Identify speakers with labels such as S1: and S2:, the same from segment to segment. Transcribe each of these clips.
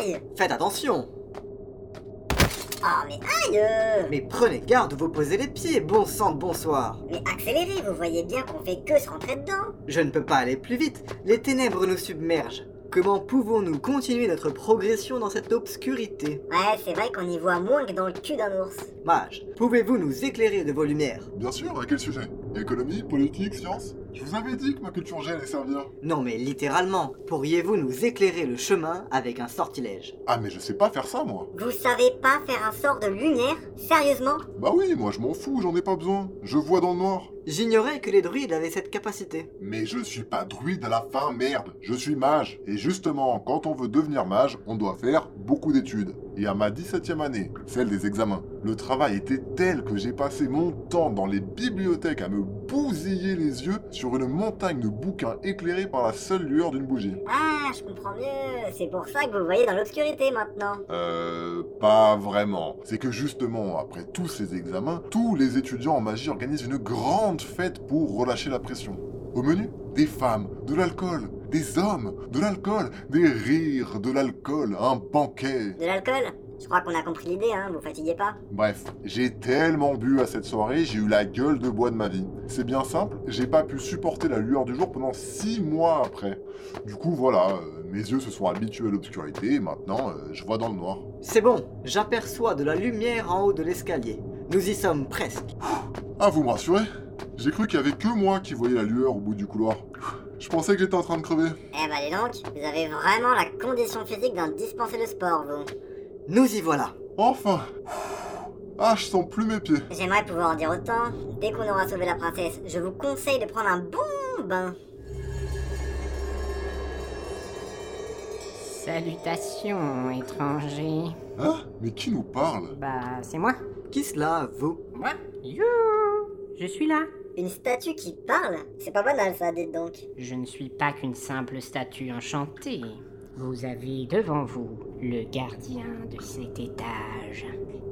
S1: Aïe
S2: Faites attention
S1: Oh, mais aïe
S2: Mais prenez garde où vous posez les pieds, bon sang de bonsoir
S1: Mais accélérez, vous voyez bien qu'on fait que se rentrer dedans
S2: Je ne peux pas aller plus vite, les ténèbres nous submergent. Comment pouvons-nous continuer notre progression dans cette obscurité
S1: Ouais, c'est vrai qu'on y voit moins que dans le cul d'un ours.
S2: Mage, pouvez-vous nous éclairer de vos lumières
S3: Bien sûr, à quel sujet Économie, politique, science Je vous avais dit que ma culture G allait servir.
S2: Non mais littéralement, pourriez-vous nous éclairer le chemin avec un sortilège
S3: Ah, mais je sais pas faire ça, moi.
S1: Vous savez pas faire un sort de lumière Sérieusement
S3: Bah oui, moi je m'en fous, j'en ai pas besoin. Je vois dans le noir.
S2: J'ignorais que les druides avaient cette capacité.
S3: Mais je suis pas druide à la fin, merde. Je suis mage. Et justement, quand on veut devenir mage, on doit faire beaucoup d'études. Et à ma 17e année, celle des examens, le travail était tel que j'ai passé mon temps dans les bibliothèques à me bousiller les yeux sur une montagne de bouquins éclairés par la seule lueur d'une bougie.
S1: Ah, je comprends mieux. C'est pour ça que vous voyez dans l'obscurité maintenant.
S3: Euh, pas vraiment. C'est que justement, après tous ces examens, tous les étudiants en magie organisent une grande fête pour relâcher la pression. Au menu, des femmes, de l'alcool, des hommes, de l'alcool, des rires, de l'alcool, un banquet.
S1: De l'alcool Je crois qu'on a compris l'idée, hein, vous fatiguez pas.
S3: Bref, j'ai tellement bu à cette soirée, j'ai eu la gueule de bois de ma vie. C'est bien simple, j'ai pas pu supporter la lueur du jour pendant 6 mois après. Du coup, voilà, euh, mes yeux se sont habitués à l'obscurité et maintenant, euh, je vois dans le noir.
S2: C'est bon, j'aperçois de la lumière en haut de l'escalier. Nous y sommes presque.
S3: Ah, vous me rassurez J'ai cru qu'il y avait que moi qui voyais la lueur au bout du couloir. Je pensais que j'étais en train de crever.
S1: Eh bah, dis donc, vous avez vraiment la condition physique d'un dispensé de sport, vous.
S2: Nous y voilà.
S3: Enfin Ah, je sens plus mes pieds.
S1: J'aimerais pouvoir en dire autant. Dès qu'on aura sauvé la princesse, je vous conseille de prendre un bon bain.
S4: Salutations, étrangers.
S3: Hein Mais qui nous parle
S4: Bah, c'est moi.
S2: Qui cela, vous
S4: Moi You Je suis là.
S1: Une statue qui parle C'est pas banal ça, dites donc.
S4: Je ne suis pas qu'une simple statue enchantée. Vous avez devant vous le gardien de cet étage.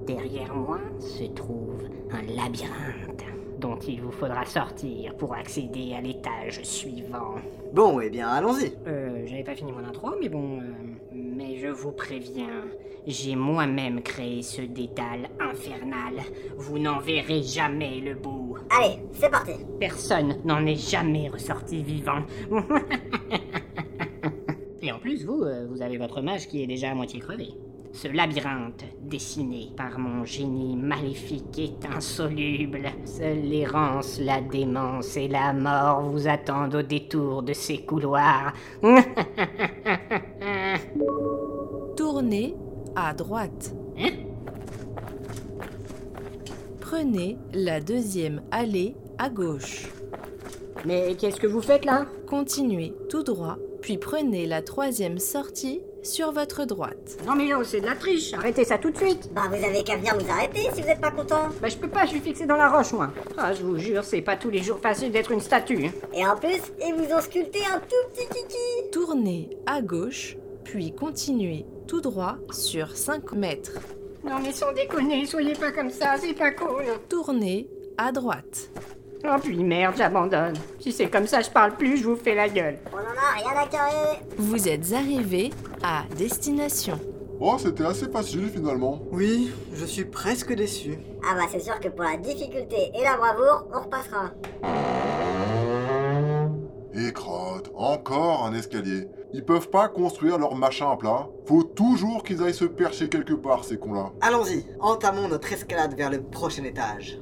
S4: Derrière moi se trouve un labyrinthe dont il vous faudra sortir pour accéder à l'étage suivant.
S2: Bon, eh bien, allons-y.
S4: Euh, j'avais pas fini mon intro, mais bon. euh, mais je vous préviens, j'ai moi-même créé ce dédale infernal. Vous n'en verrez jamais le bout.
S1: Allez, c'est parti.
S4: Personne n'en est jamais ressorti vivant. Et en plus, vous, euh, vous avez votre mage qui est déjà à moitié crevé. Ce labyrinthe, dessiné par mon génie maléfique, est insoluble. Seule l'errance, la démence et la mort vous attendent au détour de ces couloirs.
S5: Tournez à droite.
S4: Hein
S5: Prenez la deuxième allée à gauche.
S4: Mais qu'est-ce que vous faites là
S5: Continuez tout droit, puis prenez la troisième sortie sur votre droite.
S4: Non mais oh, c'est de la triche, arrêtez ça tout de suite
S1: Bah, vous avez qu'à venir nous arrêter si vous êtes pas content.
S4: Bah je peux pas, je suis fixé dans la roche moi Ah je vous jure, c'est pas tous les jours facile d'être une statue hein.
S1: Et en plus, ils vous ont sculpté un tout petit kiki.
S5: Tournez à gauche, puis continuez tout droit sur 5 mètres.
S4: Non mais sans déconner, soyez pas comme ça, c'est pas cool
S5: Tournez à droite.
S4: Oh puis merde, j'abandonne Si c'est comme ça, je parle plus, je vous fais la gueule
S1: On en a rien à carrer.
S5: Vous êtes arrivé à destination.
S3: Oh, c'était assez facile finalement.
S2: Oui, je suis presque déçu.
S1: Ah bah, c'est sûr que pour la difficulté et la bravoure, on repassera.
S3: Et crotte, encore un escalier. Ils peuvent pas construire leur machin à plat. Faut toujours qu'ils aillent se percher quelque part, ces cons-là.
S2: Allons-y, entamons notre escalade vers le prochain étage.